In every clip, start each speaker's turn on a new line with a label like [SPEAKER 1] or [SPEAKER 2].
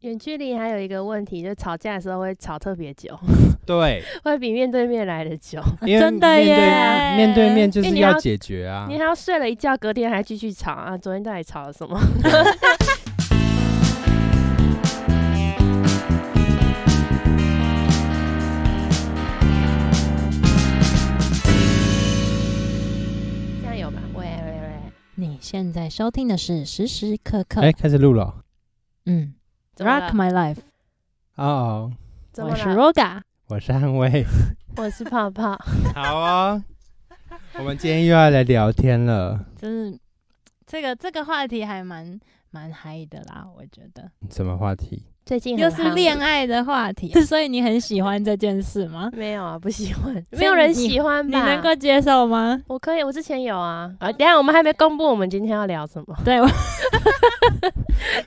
[SPEAKER 1] 远距离还有一个问题，就吵架的时候会吵特别久，
[SPEAKER 2] 对，
[SPEAKER 1] 会比面对面来的久。
[SPEAKER 2] 因为
[SPEAKER 3] 真的
[SPEAKER 2] 面对
[SPEAKER 3] 耶
[SPEAKER 2] 面对面就
[SPEAKER 1] 因为
[SPEAKER 2] 是
[SPEAKER 1] 你要
[SPEAKER 2] 要解决啊
[SPEAKER 1] 你。还要睡了一觉，隔天还继续吵啊？昨天到底吵了什么？ 这样有吧？喂喂喂，
[SPEAKER 3] 你现在收听的是时时刻刻，
[SPEAKER 2] 哎，开始录了
[SPEAKER 3] 嗯
[SPEAKER 1] 怎么
[SPEAKER 3] ，Rock
[SPEAKER 1] 了？
[SPEAKER 3] My Life，
[SPEAKER 2] 哦，
[SPEAKER 1] 怎
[SPEAKER 3] 我
[SPEAKER 1] 么
[SPEAKER 3] 是
[SPEAKER 1] 了？
[SPEAKER 3] Roga，
[SPEAKER 2] 我是汉威。
[SPEAKER 1] 我是泡泡，
[SPEAKER 2] 好哦，我们今天又要来聊天了，
[SPEAKER 3] 就是这个这个话题还蛮蛮嗨的啦，我觉得
[SPEAKER 2] 什么话题？
[SPEAKER 1] 最近
[SPEAKER 3] 又
[SPEAKER 1] 很
[SPEAKER 3] 是
[SPEAKER 1] 夯
[SPEAKER 3] 恋爱的话题， 所以你很喜欢这件事 吗？
[SPEAKER 1] 没有啊？不喜欢，
[SPEAKER 3] 所以
[SPEAKER 1] 没有人
[SPEAKER 3] 你
[SPEAKER 1] 喜欢
[SPEAKER 3] 你
[SPEAKER 1] 吧？
[SPEAKER 3] 能够接受吗？
[SPEAKER 1] 我可以，我之前有啊。啊，等一下我们还没公布我们今天要聊什么，
[SPEAKER 3] 对，我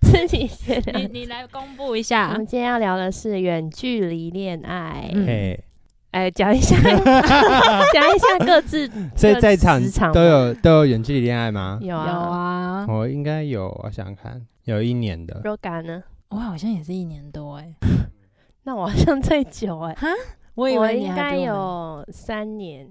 [SPEAKER 1] 自己先聊
[SPEAKER 3] 你。你来公布一
[SPEAKER 1] 我
[SPEAKER 3] 下
[SPEAKER 1] 们，今天要聊的是远距离恋爱，
[SPEAKER 3] 嗯
[SPEAKER 2] 哎，
[SPEAKER 1] 哎，讲一下， 讲一下各自
[SPEAKER 2] 所以
[SPEAKER 1] 各
[SPEAKER 2] 在场
[SPEAKER 1] 职场
[SPEAKER 2] 都
[SPEAKER 1] 吗
[SPEAKER 2] 有都有远距离恋爱吗？
[SPEAKER 1] 有
[SPEAKER 3] 有
[SPEAKER 1] 啊。
[SPEAKER 3] 啊，
[SPEAKER 2] 我应该有，我想想看，有一年的。
[SPEAKER 1] Roga 呢？
[SPEAKER 3] 我好像也是一年多哎，
[SPEAKER 1] 那我好像最久哎、
[SPEAKER 3] 我以
[SPEAKER 1] 我
[SPEAKER 3] 为你
[SPEAKER 1] 应
[SPEAKER 3] 还
[SPEAKER 1] 该
[SPEAKER 3] 比我们
[SPEAKER 1] 有三 年，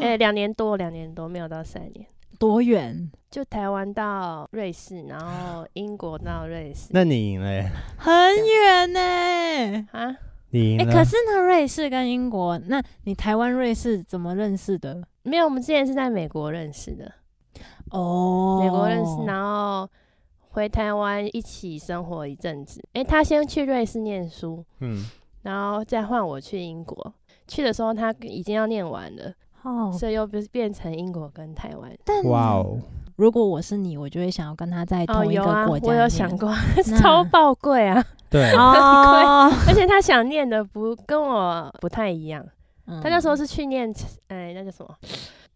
[SPEAKER 1] 哎、两年多，两年多没有到三年，
[SPEAKER 3] 多远，
[SPEAKER 1] 就台湾到瑞士，然后英国到瑞士
[SPEAKER 2] 那你赢了耶，
[SPEAKER 3] 很远呢。
[SPEAKER 1] 啊，
[SPEAKER 2] 你赢
[SPEAKER 3] 哎、
[SPEAKER 2] 了。
[SPEAKER 3] 可是呢，瑞士跟英国，那你台湾瑞士怎么认识的？
[SPEAKER 1] 没有，我们之前是在美国认识的，
[SPEAKER 3] 哦
[SPEAKER 1] 美国认识，然后回台湾一起生活一阵子。诶，他先去瑞士念书，
[SPEAKER 2] 嗯，
[SPEAKER 1] 然后再换我去英国。去的时候他已经要念完了，
[SPEAKER 3] 哦，
[SPEAKER 1] 所以又不是变成英国跟台湾。
[SPEAKER 3] 但
[SPEAKER 2] 哇哦，
[SPEAKER 3] 如果我是你，我就会想要跟他在
[SPEAKER 1] 哦，
[SPEAKER 3] 同一
[SPEAKER 1] 有
[SPEAKER 3] 个
[SPEAKER 1] 啊，
[SPEAKER 3] 国家、
[SPEAKER 1] 我有 想。过，
[SPEAKER 3] 那
[SPEAKER 1] 超爆贵啊！
[SPEAKER 2] 对，
[SPEAKER 3] 哦，
[SPEAKER 1] 而且他想念的不跟我不太一样，
[SPEAKER 3] 嗯
[SPEAKER 1] 他那时候是去念，哎、那叫什么？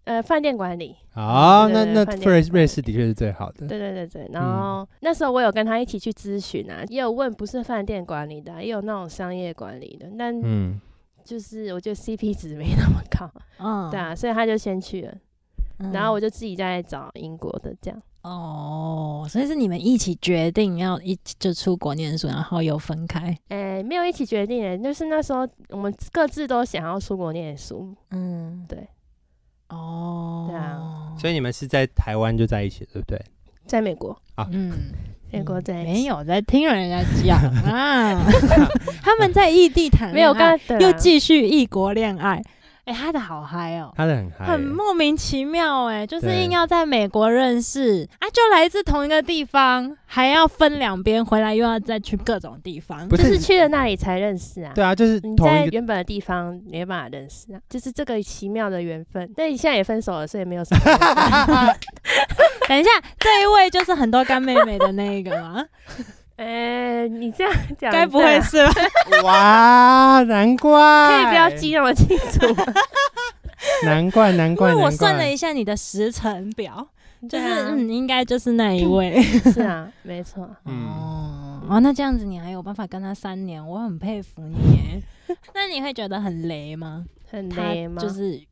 [SPEAKER 1] 呃，饭店管理。
[SPEAKER 2] 好，
[SPEAKER 1] 对
[SPEAKER 2] 那
[SPEAKER 1] 对
[SPEAKER 2] 那
[SPEAKER 1] 饭店
[SPEAKER 2] 瑞瑞士的确是最好的。
[SPEAKER 1] 对对对对，然
[SPEAKER 3] 嗯
[SPEAKER 1] 后、那时候我有跟他一起去咨询啊，也有问不是饭店管理的啊、也有那种商业管理的，但
[SPEAKER 2] 嗯，
[SPEAKER 1] 就是我觉得 CP 值没那么高，
[SPEAKER 3] 嗯
[SPEAKER 1] 对啊，所以他就先去了，
[SPEAKER 3] 嗯
[SPEAKER 1] 然后我就自己再找英国的这样，
[SPEAKER 3] 哦，所以是你们一起决定要一起就出国念书，然后又分开。
[SPEAKER 1] 哎、没有一起决定的，就是那时候我们各自都想要出国念书，
[SPEAKER 3] 嗯，
[SPEAKER 1] 对。
[SPEAKER 3] 哦，
[SPEAKER 1] 对啊
[SPEAKER 2] 所以你们是在台湾就在一起，对不对？
[SPEAKER 1] 在美国，
[SPEAKER 3] 嗯，
[SPEAKER 1] 美国在一起
[SPEAKER 3] 没有在听人家讲 啊，他们在异地谈恋爱，
[SPEAKER 1] 没有，啊刚才
[SPEAKER 3] 又继续异国恋爱，哎、他的好嗨哦、
[SPEAKER 2] 他的很嗨耶，
[SPEAKER 3] 很莫名其妙哎、就是
[SPEAKER 2] 哎对
[SPEAKER 3] 硬要在美国认识啊，就来自同一个地方，还要分两边，回来又要再去各种地方。
[SPEAKER 2] 不
[SPEAKER 1] 就是
[SPEAKER 2] 是
[SPEAKER 1] 去了那里才认识啊。
[SPEAKER 2] 对啊，就是
[SPEAKER 1] 你
[SPEAKER 2] 同
[SPEAKER 1] 在
[SPEAKER 2] 一个
[SPEAKER 1] 原本的地方没办法认识啊，就是这个奇妙的缘分。但你现在也分手了，所以没有什么。
[SPEAKER 3] 等一下，这一位就是很多干妹妹的那一 个吗？
[SPEAKER 1] 哎、你这样讲，啊
[SPEAKER 3] 该不会是吧？
[SPEAKER 2] 哇，难怪，
[SPEAKER 1] 可以不要记那么清楚 吗？
[SPEAKER 2] 难怪难
[SPEAKER 3] 因
[SPEAKER 2] 怪，
[SPEAKER 3] 为我
[SPEAKER 2] 难
[SPEAKER 3] 算
[SPEAKER 2] 怪
[SPEAKER 3] 了一下你的时辰表， 就
[SPEAKER 1] 对
[SPEAKER 3] 是、
[SPEAKER 1] 啊
[SPEAKER 3] 嗯，应该就是那一位。
[SPEAKER 1] 是啊，没错。
[SPEAKER 2] 嗯，
[SPEAKER 3] 哦，哦，那这样子你还有办法跟他三年，我很佩服你 耶。那你会觉得很雷吗？
[SPEAKER 1] 很
[SPEAKER 3] 他
[SPEAKER 1] 雷吗？
[SPEAKER 3] 就是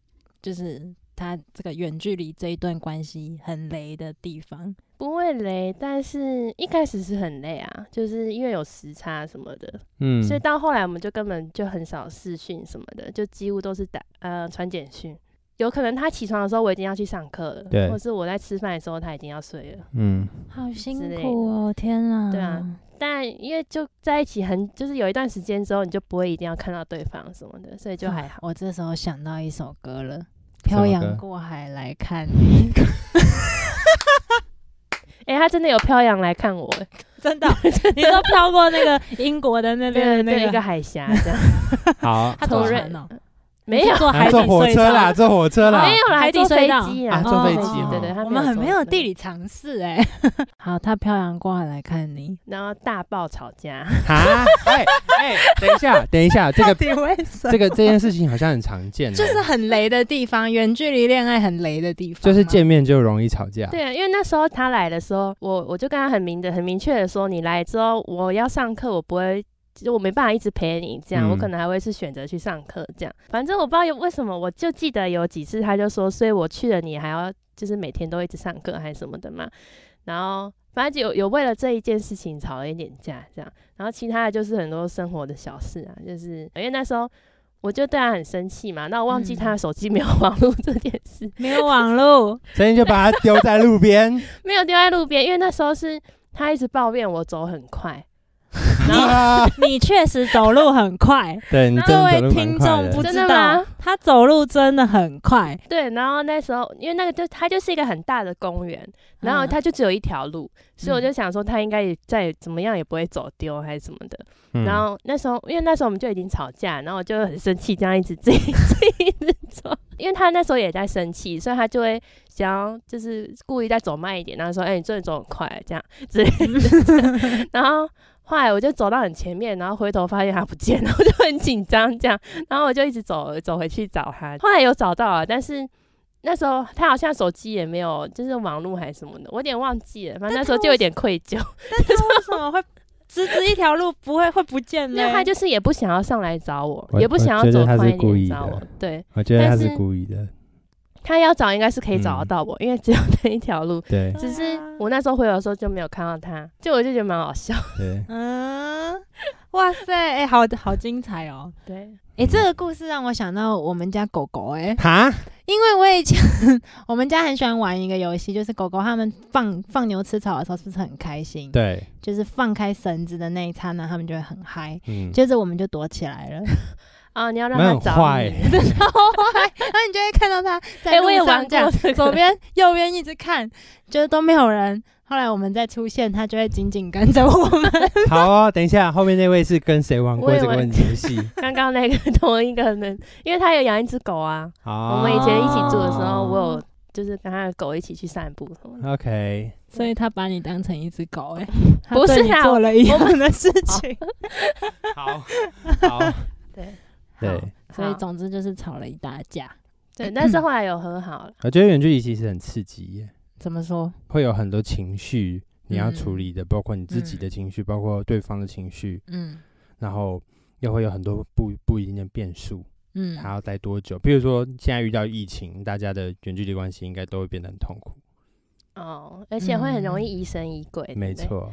[SPEAKER 3] 就是他这个远距离这一段关系很雷的地方。
[SPEAKER 1] 不会雷，但是一开始是很累啊，就是因为有时差什么的，
[SPEAKER 2] 嗯，
[SPEAKER 1] 所以到后来我们就根本就很少视讯什么的，就几乎都是打呃传简讯。有可能他起床的时候我已经要去上课了，
[SPEAKER 2] 对
[SPEAKER 1] 或者是我在吃饭的时候他已经要睡了。
[SPEAKER 2] 嗯，
[SPEAKER 3] 好辛
[SPEAKER 1] 类
[SPEAKER 3] 苦哦，天啊！
[SPEAKER 1] 对啊，但因为就在一起很，就是有一段时间之后，你就不会一定要看到对方什么的，所以就还好。
[SPEAKER 3] 我这时候想到一首歌了，
[SPEAKER 2] 什
[SPEAKER 3] 《
[SPEAKER 2] 么
[SPEAKER 3] 漂
[SPEAKER 2] 歌
[SPEAKER 3] 洋过海来看 你》，
[SPEAKER 1] 哎、他真的有漂洋来看我、欸，
[SPEAKER 3] 真 的，你都飘过那个英国的 那边的
[SPEAKER 1] 对
[SPEAKER 3] 那
[SPEAKER 1] 对，一
[SPEAKER 3] 个
[SPEAKER 1] 个，海峡这 样，
[SPEAKER 2] 好，
[SPEAKER 3] 他
[SPEAKER 1] 从
[SPEAKER 3] 坐
[SPEAKER 2] 好
[SPEAKER 1] 瑞
[SPEAKER 3] 船哦，
[SPEAKER 1] 没有
[SPEAKER 3] 你是坐
[SPEAKER 2] 啊
[SPEAKER 3] 海底
[SPEAKER 2] 坐火
[SPEAKER 3] 隧
[SPEAKER 2] 车啦，
[SPEAKER 3] 道。哦
[SPEAKER 2] 坐火车啦，
[SPEAKER 1] 没有啦，
[SPEAKER 3] 海底
[SPEAKER 1] 坐飞
[SPEAKER 3] 隧道
[SPEAKER 1] 机
[SPEAKER 2] 啊坐飞机
[SPEAKER 1] 对对，
[SPEAKER 2] 哦
[SPEAKER 1] 他
[SPEAKER 3] 我们很没有地
[SPEAKER 1] 理，
[SPEAKER 3] 理常识哎、 好，他漂洋过海来看你，
[SPEAKER 1] 然后大爆吵架，
[SPEAKER 2] 啊，哎哎，等一下，等一下，这个
[SPEAKER 3] 底为什
[SPEAKER 2] 这个这件事情好像很常见，啊
[SPEAKER 3] 就是。很雷的地方，远距离恋爱很雷的地方吗，
[SPEAKER 2] 就是见面就容易吵架，
[SPEAKER 1] 对啊，因为那时候他来的时候，我我就跟他很明的、很明确的说，你来之后我要上课，我不会。就我没办法一直陪你这样，
[SPEAKER 2] 嗯
[SPEAKER 1] 我可能还会是选择去上课这样。反正我不知道有为什么，我就记得有几次他就说，所以我去了你还要就是每天都一直上课还是什么的嘛。然后反正有有为了这一件事情吵了一点架，这样，然后其他的就是很多生活的小事啊，就是因为那时候我就对他很生气嘛，那我忘记他的手机没有网络这件事，
[SPEAKER 3] 没有网络，
[SPEAKER 2] 所以你就把它丢在路边。
[SPEAKER 1] 没有丢在路边，因为那时候是他一直抱怨我走很快，然后
[SPEAKER 2] 啊
[SPEAKER 3] 你确实走路很快。
[SPEAKER 2] 对你真
[SPEAKER 3] 各
[SPEAKER 2] 的走
[SPEAKER 3] 位
[SPEAKER 2] 路蛮
[SPEAKER 3] 听
[SPEAKER 2] 快
[SPEAKER 3] 众
[SPEAKER 2] 的
[SPEAKER 3] 不
[SPEAKER 1] 真
[SPEAKER 3] 知
[SPEAKER 1] 的
[SPEAKER 3] 道
[SPEAKER 1] 吗，
[SPEAKER 3] 他走路真的很快。
[SPEAKER 1] 对，然后那时候因为那个就它就是一个很大的公园，然后
[SPEAKER 3] 嗯
[SPEAKER 1] 它就只有一条路，所以我
[SPEAKER 3] 嗯
[SPEAKER 1] 就想说他应该也再怎么样也不会走丢还是什么的。
[SPEAKER 2] 嗯
[SPEAKER 1] 然后那时候因为那时候我们就已经吵架，然后我就很生气，这样一直追追一直走， 因为他那时候也在生气，所以他就会想要就是故意再走慢一点，然后说：“哎、你真的走很快，这样之类的。” 然后。后来我就走到很前面，然后回头发现他不见了，我就很紧张这样，然后我就一直走走回去找他。后来有找到啊，但是那时候他好像手机也没有，就是网络还是什么的，我有点忘记了。反正那时候就有点愧疚。
[SPEAKER 3] 但他为 什么会直直一条路不会会不见呢
[SPEAKER 1] 那？他就是也不想要上来找我，
[SPEAKER 2] 我
[SPEAKER 1] 也不想要
[SPEAKER 2] 我觉得
[SPEAKER 1] 走
[SPEAKER 2] 他是
[SPEAKER 1] 宽一
[SPEAKER 2] 故意
[SPEAKER 1] 点找
[SPEAKER 2] 的
[SPEAKER 1] 我。对
[SPEAKER 2] 我觉得他
[SPEAKER 1] 但
[SPEAKER 2] 是
[SPEAKER 1] 是
[SPEAKER 2] 故意的，
[SPEAKER 1] 他要找应该是可以找得
[SPEAKER 2] 嗯
[SPEAKER 1] 到我，因为只有那一条 路。
[SPEAKER 2] 对
[SPEAKER 3] 对
[SPEAKER 1] 只是
[SPEAKER 3] 啊
[SPEAKER 1] 我那时候回来的时候就没有看到他，就我就觉得蛮好 笑。
[SPEAKER 2] 对，
[SPEAKER 3] 嗯，哇塞，哎、好好精彩哦！
[SPEAKER 1] 对，
[SPEAKER 3] 哎、这个故事让我想到我们家狗狗、哎，
[SPEAKER 2] 哈，
[SPEAKER 3] 因为我以前 我们家很喜欢玩一个游戏，就是狗狗它们放放牛吃草的时候是不是很开心？，
[SPEAKER 2] 对，
[SPEAKER 3] 就是放开绳子的那一刹那，它们就会很嗨。
[SPEAKER 2] 嗯，
[SPEAKER 3] 接着我们就躲起来了，
[SPEAKER 1] 啊，你要让
[SPEAKER 2] 那
[SPEAKER 1] 他
[SPEAKER 2] 很
[SPEAKER 1] 找
[SPEAKER 2] 坏欸
[SPEAKER 1] 你。
[SPEAKER 3] 然后你就会看到它在
[SPEAKER 1] 哎，我也
[SPEAKER 3] 路
[SPEAKER 1] 玩
[SPEAKER 3] 上这样
[SPEAKER 1] 过这
[SPEAKER 3] 左
[SPEAKER 1] 个，
[SPEAKER 3] 边、右边一直看，就是都没有人。后来我们再出现，它就会紧紧跟着我 们。
[SPEAKER 2] 好哦，等一下，后面那位是跟谁玩过
[SPEAKER 1] 我以
[SPEAKER 2] 这个
[SPEAKER 1] 为
[SPEAKER 2] 问题游戏？
[SPEAKER 1] 刚刚那个 同一个人，因为他有养一只狗啊。
[SPEAKER 2] 好，
[SPEAKER 1] 我们以前一起住的时候，
[SPEAKER 2] 哦
[SPEAKER 1] 我有就是跟他的狗一起去散步什么的。
[SPEAKER 2] OK，
[SPEAKER 3] 所以它把你当成一只狗、 哎，它
[SPEAKER 1] 不是
[SPEAKER 3] 对你
[SPEAKER 1] 啦
[SPEAKER 3] 做了一
[SPEAKER 1] 我们
[SPEAKER 3] 样的事情。
[SPEAKER 2] 好，好，
[SPEAKER 1] 对
[SPEAKER 2] 对
[SPEAKER 3] 好，所以
[SPEAKER 1] 好
[SPEAKER 3] 总之就是吵了一大架。
[SPEAKER 1] 对，但是后来有和好了。
[SPEAKER 2] 我觉得远距离其实很刺激耶，
[SPEAKER 3] 怎么说？
[SPEAKER 2] 会有很多情绪你要处
[SPEAKER 3] 嗯
[SPEAKER 2] 理的，包括你自己的情绪，包括对方的情绪，
[SPEAKER 3] 嗯
[SPEAKER 2] 然后又会有很多不不一定的变数，
[SPEAKER 3] 嗯，
[SPEAKER 2] 还要待多久？比如说现在遇到疫情，大家的远距离关系应该都会变得很痛苦，
[SPEAKER 1] 哦，而且会很容易疑神疑鬼。对不
[SPEAKER 2] 嗯没
[SPEAKER 1] 对，
[SPEAKER 2] 错，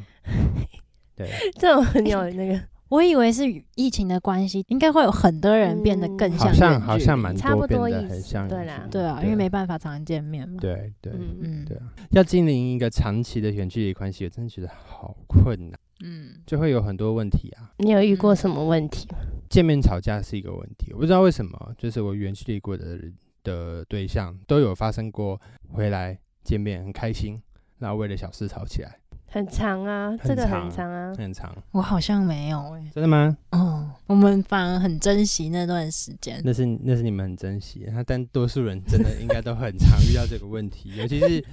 [SPEAKER 2] 对，
[SPEAKER 1] 这种很有那个。
[SPEAKER 3] 我以为是与疫情的关系，应该会有很多人变得更
[SPEAKER 2] 好
[SPEAKER 3] 像远
[SPEAKER 2] 像
[SPEAKER 3] 距
[SPEAKER 2] 好像
[SPEAKER 3] 离
[SPEAKER 2] 蛮
[SPEAKER 1] 差不
[SPEAKER 2] 变
[SPEAKER 1] 多
[SPEAKER 2] 得
[SPEAKER 1] 意
[SPEAKER 2] 很
[SPEAKER 1] 思
[SPEAKER 2] 像
[SPEAKER 1] 对
[SPEAKER 2] 远距
[SPEAKER 1] 啦
[SPEAKER 2] 离
[SPEAKER 3] 对啊，因为没办法常常见面嘛。
[SPEAKER 2] 对对。
[SPEAKER 1] 嗯，
[SPEAKER 3] 嗯
[SPEAKER 2] 对啊，要经营一个长期的远距离关系，我真的觉得好困难，
[SPEAKER 3] 嗯
[SPEAKER 2] 就会有很多问题啊。
[SPEAKER 1] 你有遇过什么问题吗？
[SPEAKER 2] 见面吵架是一个问题，我不知道为什么，就是我远距离过的人的对象都有发生过回来见面很开心，然后为了小事吵起来，
[SPEAKER 1] 很长啊，这个很长啊。
[SPEAKER 2] 很长。
[SPEAKER 3] 我好像没有哎、
[SPEAKER 2] 真的吗？
[SPEAKER 3] 哦，我们反而很珍惜那段时间。
[SPEAKER 2] 那是那是你们很珍惜，那但多数人真的应该都很常遇到这个问题，尤其是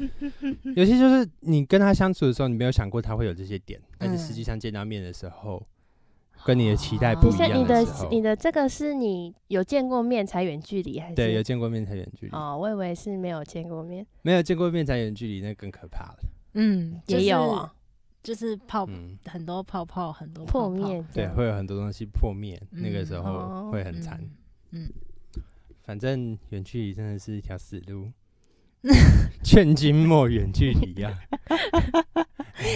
[SPEAKER 2] 尤其就是你跟他相处的时候，你没有想过他会有这些点，但是实际上见到面的时候，跟你的期待不
[SPEAKER 1] 你
[SPEAKER 2] 一
[SPEAKER 1] 像
[SPEAKER 2] 样
[SPEAKER 1] 你
[SPEAKER 2] 的
[SPEAKER 1] 的
[SPEAKER 2] 时候
[SPEAKER 1] 你的这个是你有见过面才远距离还是？
[SPEAKER 2] 对有见过面才远距离，
[SPEAKER 1] 哦，我以为是没有见过面，
[SPEAKER 2] 没有见过面才远距离，那更可怕了。
[SPEAKER 3] 嗯，
[SPEAKER 1] 也有啊，
[SPEAKER 3] 就是，就是
[SPEAKER 1] 哦
[SPEAKER 3] 泡、
[SPEAKER 2] 嗯，
[SPEAKER 3] 很多泡泡，很多
[SPEAKER 1] 破
[SPEAKER 3] 泡泡
[SPEAKER 1] 面这
[SPEAKER 2] 对，
[SPEAKER 1] 样
[SPEAKER 2] 会有很多东西破灭，那个时
[SPEAKER 3] 嗯
[SPEAKER 2] 候
[SPEAKER 1] 啊哦
[SPEAKER 2] 会很惨。
[SPEAKER 3] 嗯
[SPEAKER 2] 反正远距离真的是一条死 路，劝君莫远距离 啊。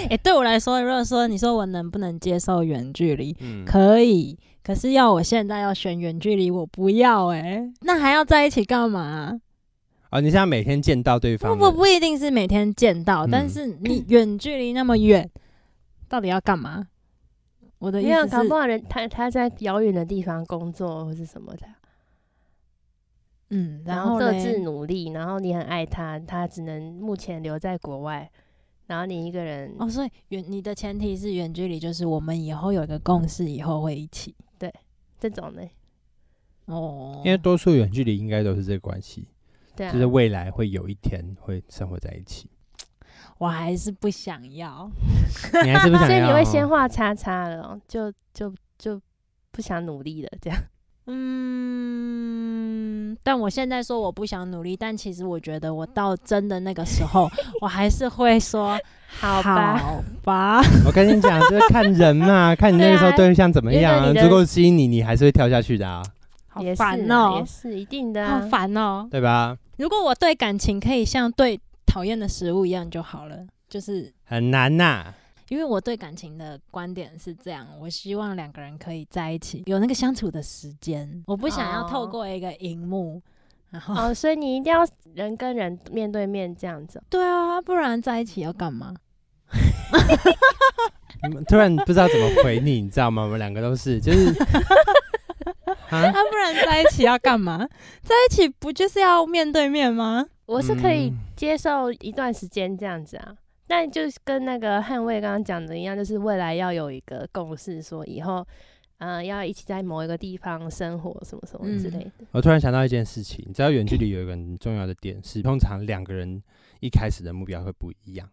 [SPEAKER 3] 哎、对我来说，如果说你说我能不能接受远距离，
[SPEAKER 2] 嗯，
[SPEAKER 3] 可以，可是要我现在要选远距离，我不要哎、那还要在一起干嘛、
[SPEAKER 2] 哦，你现在每天见到对
[SPEAKER 3] 不
[SPEAKER 2] 方
[SPEAKER 3] 不
[SPEAKER 2] 的，
[SPEAKER 3] 不一定是每天见到，
[SPEAKER 2] 嗯
[SPEAKER 3] 但是你远距离那么远，到底要干嘛？我的意
[SPEAKER 1] 没有，
[SPEAKER 3] 思
[SPEAKER 1] 搞
[SPEAKER 3] 是
[SPEAKER 1] 不，好人他他在遥远的地方工作或是什么的，
[SPEAKER 3] 嗯，然
[SPEAKER 1] 然
[SPEAKER 3] 后
[SPEAKER 1] 后各
[SPEAKER 3] 嘞
[SPEAKER 1] 自努力，然后你很爱他，他只能目前留在国外，然后你一个人，
[SPEAKER 3] 哦，所以远你的前提是远距离，就是我们以后有一个共识，以后会一起
[SPEAKER 1] 这种呢？
[SPEAKER 3] 哦，
[SPEAKER 2] 因为多数远距离应该都是这个关系，
[SPEAKER 1] 对啊
[SPEAKER 2] 就，是未来会有一天会生活在一起。
[SPEAKER 3] 我还是不想要，
[SPEAKER 2] 你还是不想
[SPEAKER 1] 啊所以
[SPEAKER 2] 要？哦
[SPEAKER 1] 你会先画叉叉了哦，就就就不想努力了，这样。
[SPEAKER 3] 嗯，但我现在说我不想努力，但其实我觉得我到真的那个时 候，我还是会说
[SPEAKER 1] 好吧
[SPEAKER 3] 好吧，
[SPEAKER 2] 我跟你讲，就是看 人嘛，看你那个时候对象怎么样
[SPEAKER 1] 因
[SPEAKER 2] 啊。
[SPEAKER 1] 为你的
[SPEAKER 2] 如果吸引你，你还是会跳下去的啊，
[SPEAKER 3] 好
[SPEAKER 1] 也是
[SPEAKER 3] 烦
[SPEAKER 1] 啊
[SPEAKER 3] 哦
[SPEAKER 1] 也、是一定的
[SPEAKER 3] 好
[SPEAKER 1] 啊。
[SPEAKER 3] 烦哦、
[SPEAKER 2] 对吧？
[SPEAKER 3] 如果我对感情可以像对讨厌的食物一样就好了，就是
[SPEAKER 2] 很难呐、
[SPEAKER 3] 因为我对感情的观点是这样，我希望两个人可以在一起，有那个相处的时间，我不想要透
[SPEAKER 1] 哦
[SPEAKER 3] 过一个荧幕，然后、
[SPEAKER 1] 哦，所以你一定要人跟人面对面这样子。
[SPEAKER 3] 对啊，不然在一起要干嘛？
[SPEAKER 2] 嗯突然不知道怎么回你，你知道吗？我们两个都是，就是 啊，
[SPEAKER 3] 啊，不然在一起要干 嘛？在一起不就是要面对面吗？
[SPEAKER 1] 我是可以
[SPEAKER 2] 嗯
[SPEAKER 1] 接受一段时间这样子啊，但就是跟那个汉卫刚刚讲的一样，就是未来要有一个共识，说以后。嗯、要一起在某一个地方生活，什么什么之类
[SPEAKER 3] 嗯
[SPEAKER 1] 的。
[SPEAKER 2] 我突然想到一件事情，你知道远距离有一个很重要的点是，通常两个人一开始的目标会不一样。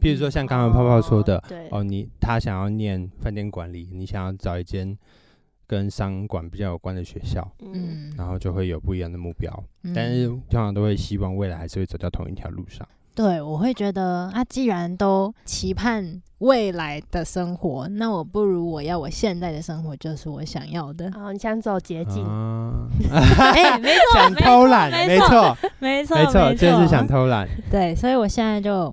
[SPEAKER 2] 譬如说像刚刚泡泡说的，
[SPEAKER 1] 嗯对，
[SPEAKER 2] 哦，你他想要念饭店管理，你想要找一间跟商管比较有关的学校，
[SPEAKER 1] 嗯，。
[SPEAKER 3] 嗯，
[SPEAKER 2] 然后就会有不一样的目标，
[SPEAKER 3] 嗯
[SPEAKER 2] 啊但是通常都会希望未来还是会走到同一条路上。
[SPEAKER 3] 对我会觉得啊，既然都期盼未来的生活，那我不如我要我现在的生活就是我想要的
[SPEAKER 1] 哦，你想走捷径，
[SPEAKER 2] 啊，
[SPEAKER 3] 哎、没错，
[SPEAKER 2] 想偷懒，
[SPEAKER 3] 没
[SPEAKER 2] 没错，
[SPEAKER 3] 没错，
[SPEAKER 2] 没错，
[SPEAKER 3] 没
[SPEAKER 2] 真的是想偷懒。
[SPEAKER 3] 对，所以我现在就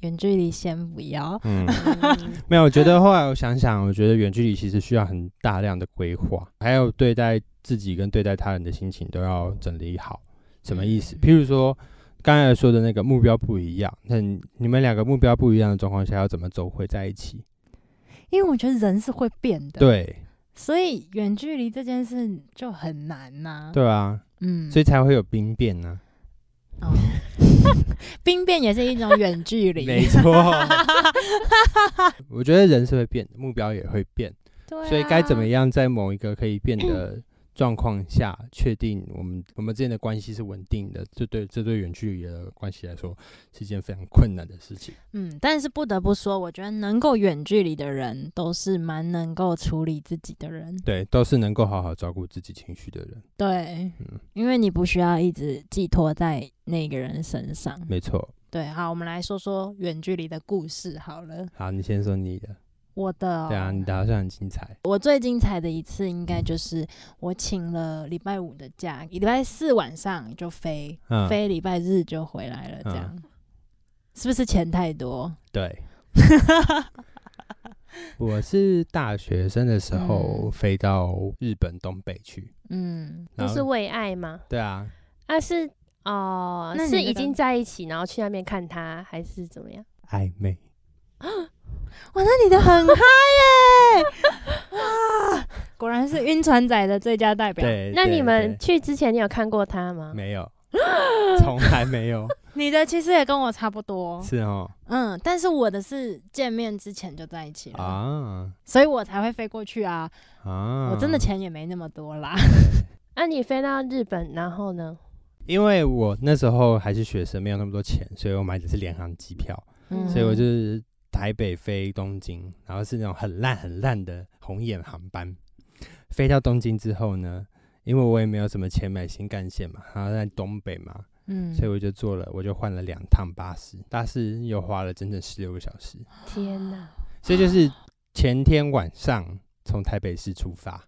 [SPEAKER 3] 远距离先不要。
[SPEAKER 2] 嗯，
[SPEAKER 1] 嗯
[SPEAKER 2] 没有，我觉得后来我想想，我觉得远距离其实需要很大量的规划，还有对待自己跟对待他人的心情都要整理好。什么意思？譬如说刚才说的那个目标不一样，那你你们两个目标不一样的状况下，要怎么走回在一起？
[SPEAKER 3] 因为我觉得人是会变的，，
[SPEAKER 2] 对，
[SPEAKER 3] 所以远距离这件事就很难呐、，
[SPEAKER 2] 对啊，
[SPEAKER 3] 嗯，
[SPEAKER 2] 所以才会有兵变啊呢、
[SPEAKER 3] 哦 兵变也是一种远距离，
[SPEAKER 2] 没错，我觉得人是会变的，目标也会变，
[SPEAKER 3] 对啊
[SPEAKER 2] 所以该怎么样在某一个可以变的状况下，确定我们我们之间的关系是稳定的，这对这对远距离的关系来说是一件非常困难的事情。
[SPEAKER 3] 嗯，但是不得不说，我觉得能够远距离的人都是蛮能够处理自己的人。
[SPEAKER 2] 对，都是能够好好照顾自己情绪的人。
[SPEAKER 3] 对，
[SPEAKER 2] 嗯
[SPEAKER 3] 因为你不需要一直寄托在那个人身上。
[SPEAKER 2] 没错。
[SPEAKER 3] 对，好，我们来说说远距离的故事好了。
[SPEAKER 2] 好，你先说你的。
[SPEAKER 3] 我的、哦，
[SPEAKER 2] 对啊，你的好像很精彩。
[SPEAKER 3] 我最精彩的一次应该就是我请了礼拜五的假，礼拜四晚上就飞，
[SPEAKER 2] 嗯，
[SPEAKER 3] 飞礼拜日就回来了，这样、是不是钱太多？
[SPEAKER 2] 对。我是大学生的时候
[SPEAKER 3] 嗯
[SPEAKER 2] 飞到日本东北去，
[SPEAKER 3] 嗯，
[SPEAKER 1] 那
[SPEAKER 2] 然
[SPEAKER 1] 是
[SPEAKER 2] 后
[SPEAKER 1] 为爱吗？
[SPEAKER 2] 对啊，
[SPEAKER 1] 啊，是哦、
[SPEAKER 3] 那你
[SPEAKER 1] 是
[SPEAKER 3] 那
[SPEAKER 1] 已
[SPEAKER 3] 个
[SPEAKER 1] 经在一起，然后去那边看他，还是怎么样？
[SPEAKER 2] 暧昧。
[SPEAKER 3] 哇，那你的很嗨耶！哇， 果然是晕船仔的最佳代表。
[SPEAKER 2] 对，
[SPEAKER 1] 那
[SPEAKER 2] 对
[SPEAKER 1] 你们
[SPEAKER 2] 对
[SPEAKER 1] 去之前，你有看过他 吗？
[SPEAKER 2] 没有，从来没有，
[SPEAKER 3] 你的其实也跟我差不多，
[SPEAKER 2] 是哦
[SPEAKER 3] 嗯，但是我的是见面之前就在一起了，
[SPEAKER 2] 啊
[SPEAKER 3] 所以我才会飞过去啊。
[SPEAKER 2] 啊！
[SPEAKER 3] 我真的钱也没那么多啦。
[SPEAKER 1] 那、啊你飞到日本，然后呢？
[SPEAKER 2] 因为我那时候还是学生，没有那么多钱，所以我买的是联航机票，
[SPEAKER 1] 嗯
[SPEAKER 2] 所以我就是台北飞东京，然后是那种很烂很烂的红眼航班。飞到东京之后呢，因为我也没有什么钱买新干线嘛，然后在东北嘛，
[SPEAKER 3] 嗯
[SPEAKER 2] 所以我就坐了，我就换了两趟巴士，巴士又花了整整十六个小时，
[SPEAKER 1] 天哪！
[SPEAKER 2] 所以就是前天晚上从台北市出发，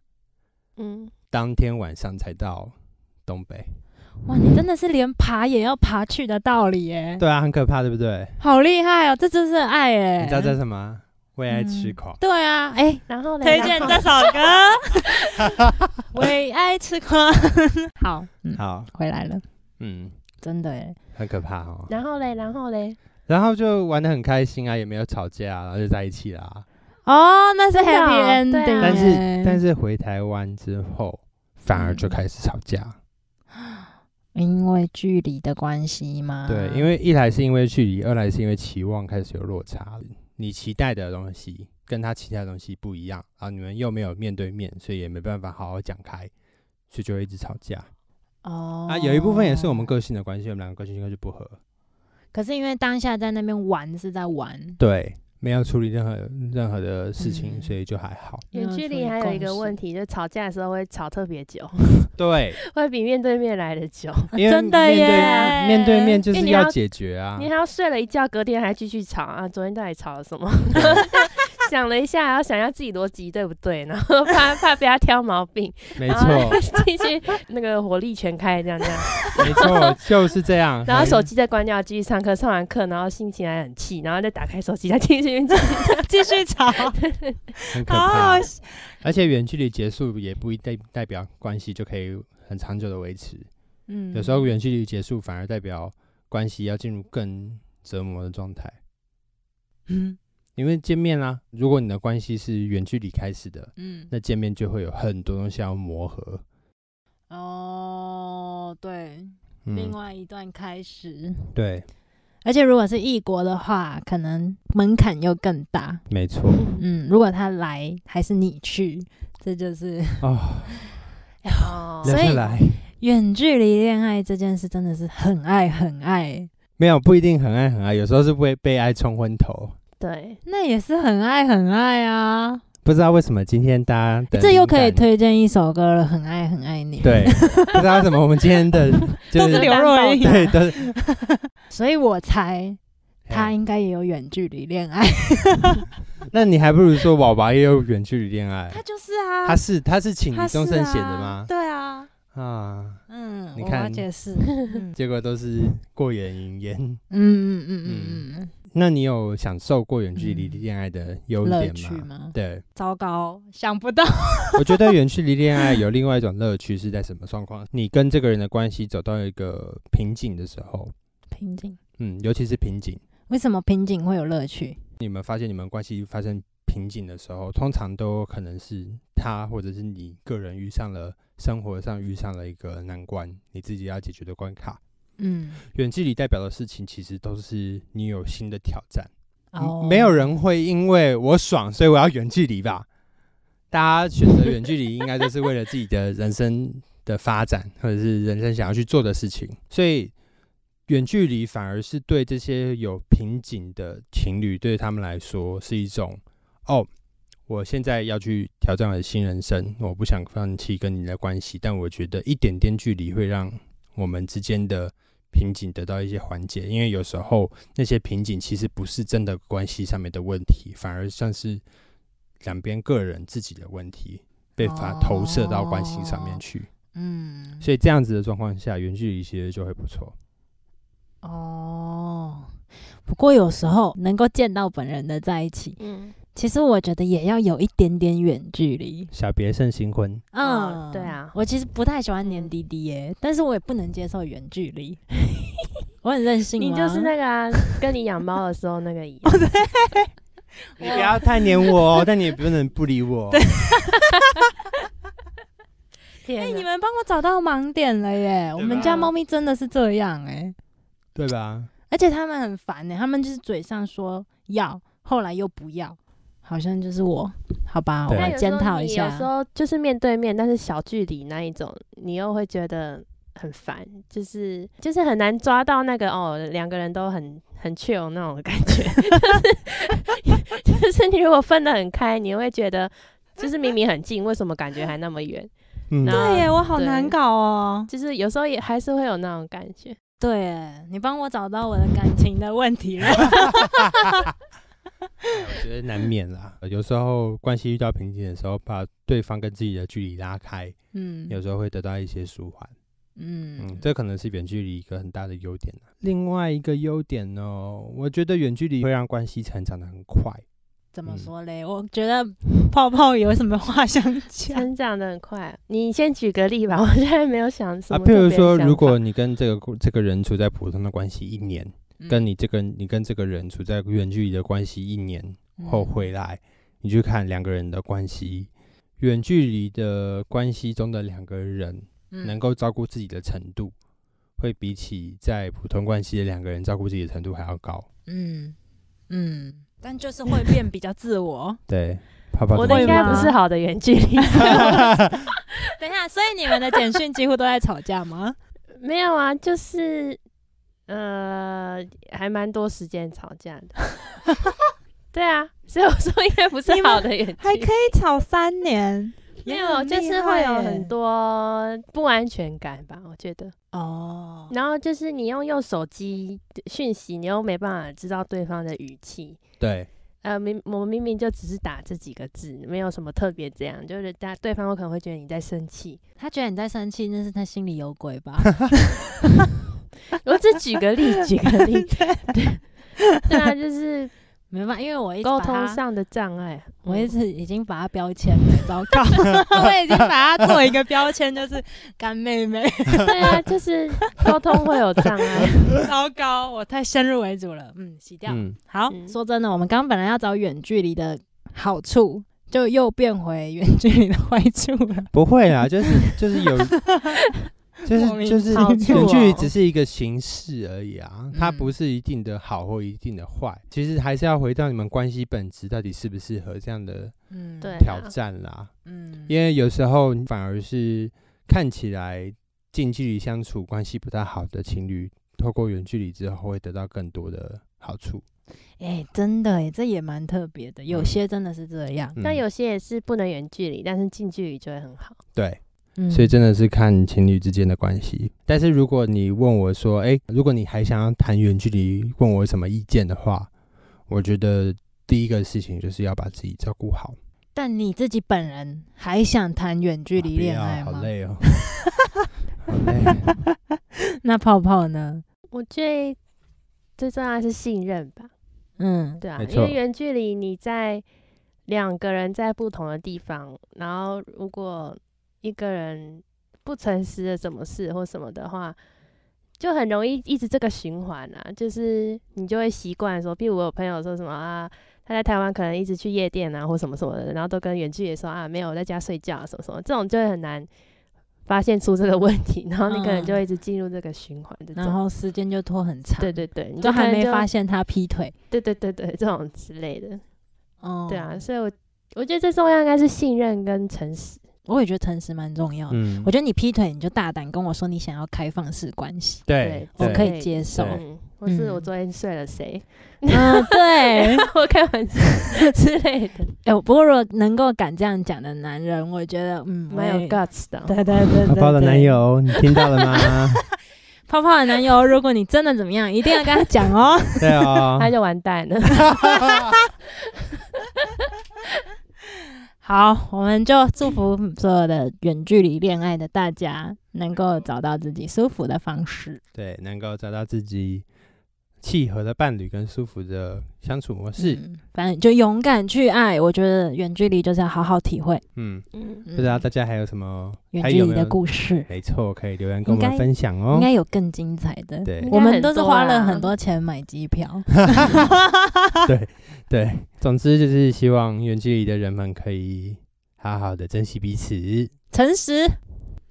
[SPEAKER 1] 嗯，
[SPEAKER 2] 当天晚上才到东北。
[SPEAKER 3] 哇，你真的是连爬也要爬去的道理耶，
[SPEAKER 2] 对啊，很可怕，对不对？
[SPEAKER 3] 好厉害哦，这就是爱耶。
[SPEAKER 2] 你知道这是什么？为爱痴
[SPEAKER 3] 嗯
[SPEAKER 2] 狂。
[SPEAKER 3] 对啊，哎、
[SPEAKER 1] 然后嘞
[SPEAKER 3] 推荐
[SPEAKER 1] 然后
[SPEAKER 3] 这首 歌，为爱痴狂。好，嗯，
[SPEAKER 2] 好，
[SPEAKER 3] 回来了，
[SPEAKER 2] 嗯，
[SPEAKER 3] 真的耶。
[SPEAKER 2] 很可怕哦。
[SPEAKER 1] 然后嘞，然后嘞，
[SPEAKER 2] 然后就玩的很开心啊，也没有吵架、啊，然后就在一起啦。
[SPEAKER 3] 哦，那是
[SPEAKER 1] 真的
[SPEAKER 3] happy
[SPEAKER 1] 哦
[SPEAKER 3] ending，
[SPEAKER 1] 对啊
[SPEAKER 3] 耶、
[SPEAKER 2] 但是但是回台湾之后，反而就开始吵架。
[SPEAKER 3] 因为距离的关系嘛，
[SPEAKER 2] 对，嗯啊因为一来是因为距离，二来是因为期望开始有落差，你期待的东西跟他期待的东西不一样，然后你们又没有面对面，所以也没办法好好讲开，所以就会一直吵架。
[SPEAKER 3] 哦
[SPEAKER 2] 啊，有一部分也是我们，个性的关系，我们两个个性应该就不合。
[SPEAKER 3] 可是因为当下在那边玩是在玩，
[SPEAKER 2] 对，没有处理任何任何的事情，
[SPEAKER 3] 嗯
[SPEAKER 2] 所以就还好。
[SPEAKER 1] 远距离还有一个问题，
[SPEAKER 3] 题，
[SPEAKER 1] 就吵架的时候会吵特别久，
[SPEAKER 2] 对，
[SPEAKER 1] 会比面对面啊来的久。
[SPEAKER 2] 因为
[SPEAKER 3] 真的
[SPEAKER 2] 面对
[SPEAKER 3] 耶
[SPEAKER 2] 面对面就
[SPEAKER 1] 因为
[SPEAKER 2] 是
[SPEAKER 1] 你要
[SPEAKER 2] 解决啊
[SPEAKER 1] 你。还要睡了一觉，隔天还继续吵啊！昨天到底吵了什么？ 想了一下，然后想要自己逻辑对不对，然后怕怕被他挑毛病，
[SPEAKER 2] 没
[SPEAKER 1] 然
[SPEAKER 2] 错
[SPEAKER 1] 后，继续那个火力全开，这样这样。
[SPEAKER 3] 啊
[SPEAKER 2] 没错，就是这样。
[SPEAKER 1] 然后
[SPEAKER 2] 很
[SPEAKER 1] 手机再关掉，继续上课，上完课，然后心情还很气，然后再打开手机，再继续讲。
[SPEAKER 3] 继续吵，
[SPEAKER 2] 很可
[SPEAKER 3] 好
[SPEAKER 2] 怕
[SPEAKER 3] 好，笑
[SPEAKER 2] 而且远距离结束也不一定代表关系就可以很长久的维持，
[SPEAKER 3] 嗯
[SPEAKER 2] 有时候远距离结束反而代表关系要进入更折磨的状态，
[SPEAKER 3] 嗯
[SPEAKER 2] 因为见面啦、啊如果你的关系是远距离开始的，
[SPEAKER 3] 嗯
[SPEAKER 2] 那见面就会有很多东西要磨合。
[SPEAKER 3] 哦，对，另
[SPEAKER 2] 嗯，
[SPEAKER 3] 外一段开始，
[SPEAKER 2] 对，
[SPEAKER 3] 而且如果是异国的话，可能门槛又更大。
[SPEAKER 2] 没错。
[SPEAKER 3] 嗯，如果他来还是你去，这就是
[SPEAKER 2] 哦，
[SPEAKER 1] 哦
[SPEAKER 2] 聊
[SPEAKER 3] 所以
[SPEAKER 2] 下来
[SPEAKER 3] 远距离恋爱这件事真的是很爱很爱，
[SPEAKER 2] 没有不一定很爱很爱，有时候是被被爱冲昏头。
[SPEAKER 1] 对，
[SPEAKER 3] 那也是很爱很爱啊。
[SPEAKER 2] 不知道为什么今天大家的
[SPEAKER 3] 这又可以
[SPEAKER 2] 灵感
[SPEAKER 3] 推荐一首歌了，《很爱很爱你》。，
[SPEAKER 2] 对，不知道为什么我们今天 的就
[SPEAKER 3] 都是啊
[SPEAKER 2] 是
[SPEAKER 3] 刘若英，
[SPEAKER 2] 对都是
[SPEAKER 3] 所以我猜 他
[SPEAKER 2] 嘿
[SPEAKER 3] 应该也有远距离恋爱。
[SPEAKER 2] 那你还不如说宝宝也有远距离恋爱，
[SPEAKER 3] 就是啊
[SPEAKER 2] 他是他是请
[SPEAKER 3] 他
[SPEAKER 2] 终
[SPEAKER 3] 是
[SPEAKER 2] 身险的
[SPEAKER 3] 啊
[SPEAKER 2] 吗？
[SPEAKER 3] 对啊，
[SPEAKER 2] 啊，
[SPEAKER 3] 嗯，
[SPEAKER 2] 你
[SPEAKER 3] 我
[SPEAKER 2] 看
[SPEAKER 3] 了解 是，嗯
[SPEAKER 2] 结果都是过眼云烟。
[SPEAKER 3] 嗯嗯嗯嗯嗯
[SPEAKER 2] 那你有享受过远距离
[SPEAKER 3] 嗯
[SPEAKER 2] 恋爱的
[SPEAKER 3] 嗯，
[SPEAKER 2] 优
[SPEAKER 3] 乐
[SPEAKER 2] 点
[SPEAKER 3] 趣
[SPEAKER 2] 吗？
[SPEAKER 3] 吗？
[SPEAKER 2] 对，
[SPEAKER 3] 糟糕，想不到。
[SPEAKER 2] 我觉得远距离恋爱有另外一种乐趣是在什么状况？你跟这个人的关系走到一个瓶颈的时候，
[SPEAKER 3] 瓶颈，
[SPEAKER 2] 嗯，尤其是瓶颈，
[SPEAKER 3] 为什么瓶颈会有乐趣？
[SPEAKER 2] 你们发现你们关系发生瓶颈的时候，通常都可能是他或者是你个人遇上了生活上遇上了一个难关，你自己要解决的关卡。
[SPEAKER 3] 嗯，
[SPEAKER 2] 远距离代表的事情，其实都是你有新的挑战。
[SPEAKER 3] 哦，
[SPEAKER 2] 嗯没有人会因为我爽，所以我要远距离吧？大家选择远距离，应该都是为了自己的人生的发展，或者是人生想要去做的事情。所以，远距离反而是对这些有瓶颈的情侣，对他们来说是一种哦，我现在要去挑战我的新人生，我不想放弃跟你的关系，但我觉得一点点距离会让我们之间的瓶颈得到一些缓解，因为有时候那些瓶颈其实不是真的关系上面的问题，反而像是两边个人自己的问题被法投射到关系上面去，
[SPEAKER 3] 嗯，
[SPEAKER 2] 所以这样子的状况下，远距离其实就会不错。
[SPEAKER 3] 哦。不过有时候能够见到本人的在一起，
[SPEAKER 1] 嗯，
[SPEAKER 3] 其实我觉得也要有一点点远距离。
[SPEAKER 2] 小别胜新婚，
[SPEAKER 1] 哦
[SPEAKER 3] 嗯，
[SPEAKER 1] 对啊嗯
[SPEAKER 3] 我其实不太喜欢黏滴滴耶，但是我也不能接受远距离， 我很任性吗。
[SPEAKER 1] 你就是那个啊，跟你养猫的时候那个
[SPEAKER 2] 哦
[SPEAKER 1] 一样。
[SPEAKER 2] 你不要太黏我，哦，但你也不能不理我。哦
[SPEAKER 3] 哎、
[SPEAKER 1] 天哪
[SPEAKER 3] 你们帮我找到盲点了耶！
[SPEAKER 1] 啊
[SPEAKER 3] 我们家猫咪真的是这样哎，
[SPEAKER 2] 对吧？
[SPEAKER 3] 而且他们很烦哎，他们就是嘴上说要，后来又不要，好像就是我，好吧，我
[SPEAKER 2] 对
[SPEAKER 1] 那
[SPEAKER 3] 来
[SPEAKER 1] 有时
[SPEAKER 3] 检
[SPEAKER 1] 候
[SPEAKER 3] 讨
[SPEAKER 1] 你
[SPEAKER 3] 一
[SPEAKER 1] 有时
[SPEAKER 3] 下。
[SPEAKER 1] 候就是面对面，但是小距离那一种，你又会觉得很烦，就是就是很难抓到那个哦，两个人都很很 chill 那种感觉。 就是 就是你如果分得很开，你会觉得就是明明很近，为什么感觉还那么远？
[SPEAKER 2] 嗯，
[SPEAKER 1] 然后
[SPEAKER 3] 对耶，哎我好难
[SPEAKER 1] 对
[SPEAKER 3] 搞哦。
[SPEAKER 1] 就是有时候也还是会有那种感觉。
[SPEAKER 3] 对耶，你帮我找到我的感情的问题 了。
[SPEAKER 2] 哎我觉得难免啦。有时候关系遇到瓶颈的时候，把对方跟自己的距离拉开，
[SPEAKER 3] 嗯
[SPEAKER 2] 有时候会得到一些舒缓。嗯
[SPEAKER 3] 嗯，
[SPEAKER 2] 这可能是远距离一个很大的优点、啊、另外一个优点呢，我觉得远距离会让关系成长的很快。
[SPEAKER 3] 怎
[SPEAKER 2] 嗯
[SPEAKER 3] 么说嘞？我觉得泡泡有什么话想讲？
[SPEAKER 2] 啊
[SPEAKER 1] 成长的很快，啊你先举个例吧，我现在没有想什
[SPEAKER 2] 啊，
[SPEAKER 1] 么、
[SPEAKER 2] 譬如说，如果你跟这个这个人处在普通的关系一年，
[SPEAKER 3] 嗯
[SPEAKER 2] 跟你这个你跟这个人处在远距离的关系一年
[SPEAKER 3] 嗯
[SPEAKER 2] 后回来，你去看两个人的关系，远距离的关系中的两个人能
[SPEAKER 3] 能
[SPEAKER 2] 够照顾自己的程度，会比起在普通关系的两个人照顾自己的程度还要高。
[SPEAKER 3] 嗯嗯，但就是会变比较自我。
[SPEAKER 2] 对，泡泡
[SPEAKER 1] 我
[SPEAKER 2] 怎
[SPEAKER 1] 的
[SPEAKER 2] 么
[SPEAKER 3] 会
[SPEAKER 1] 应
[SPEAKER 2] 觉
[SPEAKER 1] 该
[SPEAKER 2] 得
[SPEAKER 1] 不是好的远距离，
[SPEAKER 3] 等一下，所以你们的简讯几乎都在吵架吗？
[SPEAKER 1] 没有啊，就是呃，还蛮多时间吵架的。 对啊，所以我说应该不是
[SPEAKER 3] 你们
[SPEAKER 1] 好的远距
[SPEAKER 3] 还
[SPEAKER 1] 离
[SPEAKER 3] 可，以吵三年，
[SPEAKER 1] 没
[SPEAKER 3] 也
[SPEAKER 1] 有，
[SPEAKER 3] 很
[SPEAKER 1] 就是
[SPEAKER 3] 厉
[SPEAKER 1] 会
[SPEAKER 3] 害
[SPEAKER 1] 有
[SPEAKER 3] 耶
[SPEAKER 1] 很多不安全感吧，我觉得。
[SPEAKER 3] 哦。
[SPEAKER 1] 然后就是你用用手机讯息，你又没办法知道对方的语气，
[SPEAKER 2] 对，
[SPEAKER 1] 呃，明我们明明就只是打这几个字，没有什么特别这样，就是大家对方有可能会觉得你在生 气。
[SPEAKER 3] 他觉得你在生气，那是他心里有鬼 吧？
[SPEAKER 1] 我只举个例，举个 例，对啊，就是
[SPEAKER 3] 没办法，因为我一直
[SPEAKER 1] 沟
[SPEAKER 3] 把
[SPEAKER 1] 通
[SPEAKER 3] 他，
[SPEAKER 1] 上的障碍。
[SPEAKER 3] 我
[SPEAKER 1] 嗯
[SPEAKER 3] 一直已经把他标签了， 糟糕，我已经把他做一个标签，就是干妹妹，
[SPEAKER 1] 对啊， 就是沟通会有障碍。
[SPEAKER 3] 糟糕，我太先入为主了，嗯，洗掉。
[SPEAKER 2] 嗯，
[SPEAKER 3] 好，
[SPEAKER 1] 嗯
[SPEAKER 3] 说真的，我们刚刚本来要找远距离的好处，就又变回远距离的坏处了。
[SPEAKER 2] 不会啦，就是就是有， 就
[SPEAKER 3] 莫名
[SPEAKER 2] 是就是
[SPEAKER 1] 好处
[SPEAKER 2] 远距离
[SPEAKER 1] 哦
[SPEAKER 2] 只是一个形式而已啊，它
[SPEAKER 3] 嗯
[SPEAKER 2] 不是一定的好或一定的坏，其实还是要回到你们关系本质到底适不适合这样的
[SPEAKER 3] 嗯，
[SPEAKER 1] 对
[SPEAKER 2] 挑
[SPEAKER 1] 啊
[SPEAKER 2] 战啦。
[SPEAKER 3] 嗯，
[SPEAKER 2] 因为有时候反而是看起来近距离相处关系不太好的情侣，透过远距离之后会得到更多的好处。
[SPEAKER 3] 哎、真的哎，这也蛮特别的，有些真的是这样。
[SPEAKER 1] 那
[SPEAKER 2] 嗯
[SPEAKER 1] 有些也是不能远距离，但是近距离就会很好。
[SPEAKER 2] 对，
[SPEAKER 3] 嗯，
[SPEAKER 2] 所以真的是看情侣之间的关系。但是如果你问我说，诶，如果你还想要谈远距离，问我有什么意见的话，我觉得第一个事情就是要把自己照顾好。
[SPEAKER 3] 但你自己本人还想谈远距离
[SPEAKER 2] 啊不
[SPEAKER 3] 恋
[SPEAKER 2] 要
[SPEAKER 3] 爱吗？
[SPEAKER 2] 好累哦，好累。哦
[SPEAKER 3] 那泡泡呢？
[SPEAKER 1] 我觉得最重要的是信任吧，
[SPEAKER 3] 嗯，
[SPEAKER 1] 对啊，
[SPEAKER 2] 没
[SPEAKER 1] 因为
[SPEAKER 2] 错
[SPEAKER 1] 远距离你在两个人在不同的地方，然后如果一个人不诚实的什么事或什么的话，就很容易一直这个循环啊，就是你就会习惯说，譬如我有朋友说什么啊。他在台湾可能一直去夜店啊，或什么什么的，然后都跟远距离说啊，没有我在家睡觉、啊、什么什么，这种就会很难发现出这个问题，然后你可能就
[SPEAKER 3] 嗯
[SPEAKER 1] 会一直进入这个循环。这种。
[SPEAKER 3] 然后时间就拖很长，
[SPEAKER 1] 对，对对，你
[SPEAKER 3] 都
[SPEAKER 1] 就
[SPEAKER 3] 还
[SPEAKER 1] 可能
[SPEAKER 3] 没
[SPEAKER 1] 就
[SPEAKER 3] 发现他劈腿。
[SPEAKER 1] 对对对对，这种之类的，
[SPEAKER 3] 哦，
[SPEAKER 1] 对啊，，所以我我觉得最重要应该是信任跟诚实，
[SPEAKER 3] 我也觉得诚实蛮重要的。
[SPEAKER 2] 嗯
[SPEAKER 3] 我觉得你劈腿，你就大胆跟我说你想要开放式关 系，
[SPEAKER 2] 对，
[SPEAKER 1] 对
[SPEAKER 3] 我可以
[SPEAKER 1] 对
[SPEAKER 3] 接受。
[SPEAKER 2] 对
[SPEAKER 1] 嗯，或是我
[SPEAKER 3] 嗯
[SPEAKER 1] 昨天睡了谁，
[SPEAKER 3] 嗯， 对。
[SPEAKER 1] 我开玩笑之类的，
[SPEAKER 3] 哎、我不过如果能够敢这样讲的男人，我觉得嗯，
[SPEAKER 1] 蛮
[SPEAKER 3] 我
[SPEAKER 1] 有
[SPEAKER 3] 也
[SPEAKER 1] guts 的哦。
[SPEAKER 3] 对对对对
[SPEAKER 2] 泡泡的
[SPEAKER 3] 对
[SPEAKER 2] 男友，你听到了 吗？
[SPEAKER 3] 泡泡的男友，如果你真的怎么样，一定要跟他讲哦。
[SPEAKER 2] 对哦，
[SPEAKER 1] 他就完蛋了，
[SPEAKER 3] 好，我们就祝福所有的远距离恋爱的大家，能够找到自己舒服的方式。
[SPEAKER 2] 对，能够找到自己契合的伴侣跟舒服的相处模式。
[SPEAKER 3] 嗯反正就勇敢去爱。我觉得远距离就是要好好体会。
[SPEAKER 2] 嗯，
[SPEAKER 1] 嗯，
[SPEAKER 3] 不
[SPEAKER 2] 不知道大家还有什么？
[SPEAKER 3] 嗯远
[SPEAKER 2] 还
[SPEAKER 3] 距
[SPEAKER 2] 有
[SPEAKER 3] 离
[SPEAKER 2] 没
[SPEAKER 3] 的
[SPEAKER 2] 有？
[SPEAKER 3] 故事，
[SPEAKER 2] 没错，可以留言跟
[SPEAKER 3] 应
[SPEAKER 2] 我们
[SPEAKER 3] 该
[SPEAKER 2] 分享哦
[SPEAKER 3] 应。该有更精彩的。
[SPEAKER 2] 对
[SPEAKER 1] 应
[SPEAKER 3] 我
[SPEAKER 1] 该
[SPEAKER 3] 们
[SPEAKER 1] 很
[SPEAKER 3] 都是
[SPEAKER 1] 多
[SPEAKER 3] 花了
[SPEAKER 1] 啦
[SPEAKER 3] 很多钱买机 票。
[SPEAKER 2] 对，总之就是希望远距离的人们可以好好的珍惜彼此。
[SPEAKER 3] 诚实，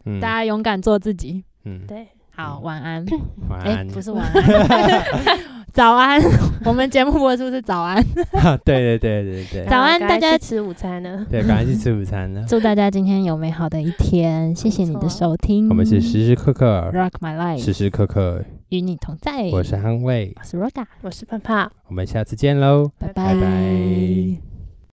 [SPEAKER 2] 嗯，
[SPEAKER 3] 大家勇敢做自己。
[SPEAKER 2] 嗯，
[SPEAKER 1] 对，
[SPEAKER 3] 好，晚安。
[SPEAKER 2] 晚
[SPEAKER 3] 哎、
[SPEAKER 2] 安。
[SPEAKER 3] 不是晚安， 早安。我们节目播出是早安，
[SPEAKER 2] 对对对对 对
[SPEAKER 3] 早
[SPEAKER 1] 然后
[SPEAKER 3] 安
[SPEAKER 1] 赶
[SPEAKER 3] 大
[SPEAKER 1] 快
[SPEAKER 3] 家
[SPEAKER 1] 去吃午餐了，
[SPEAKER 2] 对，赶快去吃午餐了。
[SPEAKER 3] 祝大家今天有美好的一天，谢谢你的
[SPEAKER 1] 没错
[SPEAKER 3] 收听。
[SPEAKER 2] 我们是时时刻刻，
[SPEAKER 3] Rock My Life，
[SPEAKER 2] 时时刻刻，
[SPEAKER 3] 与你同在。
[SPEAKER 2] 我是安慰，
[SPEAKER 3] 我是 Roga，
[SPEAKER 1] 我是胖胖。
[SPEAKER 2] 我们下次见喽。
[SPEAKER 3] 拜
[SPEAKER 2] 拜拜
[SPEAKER 3] 拜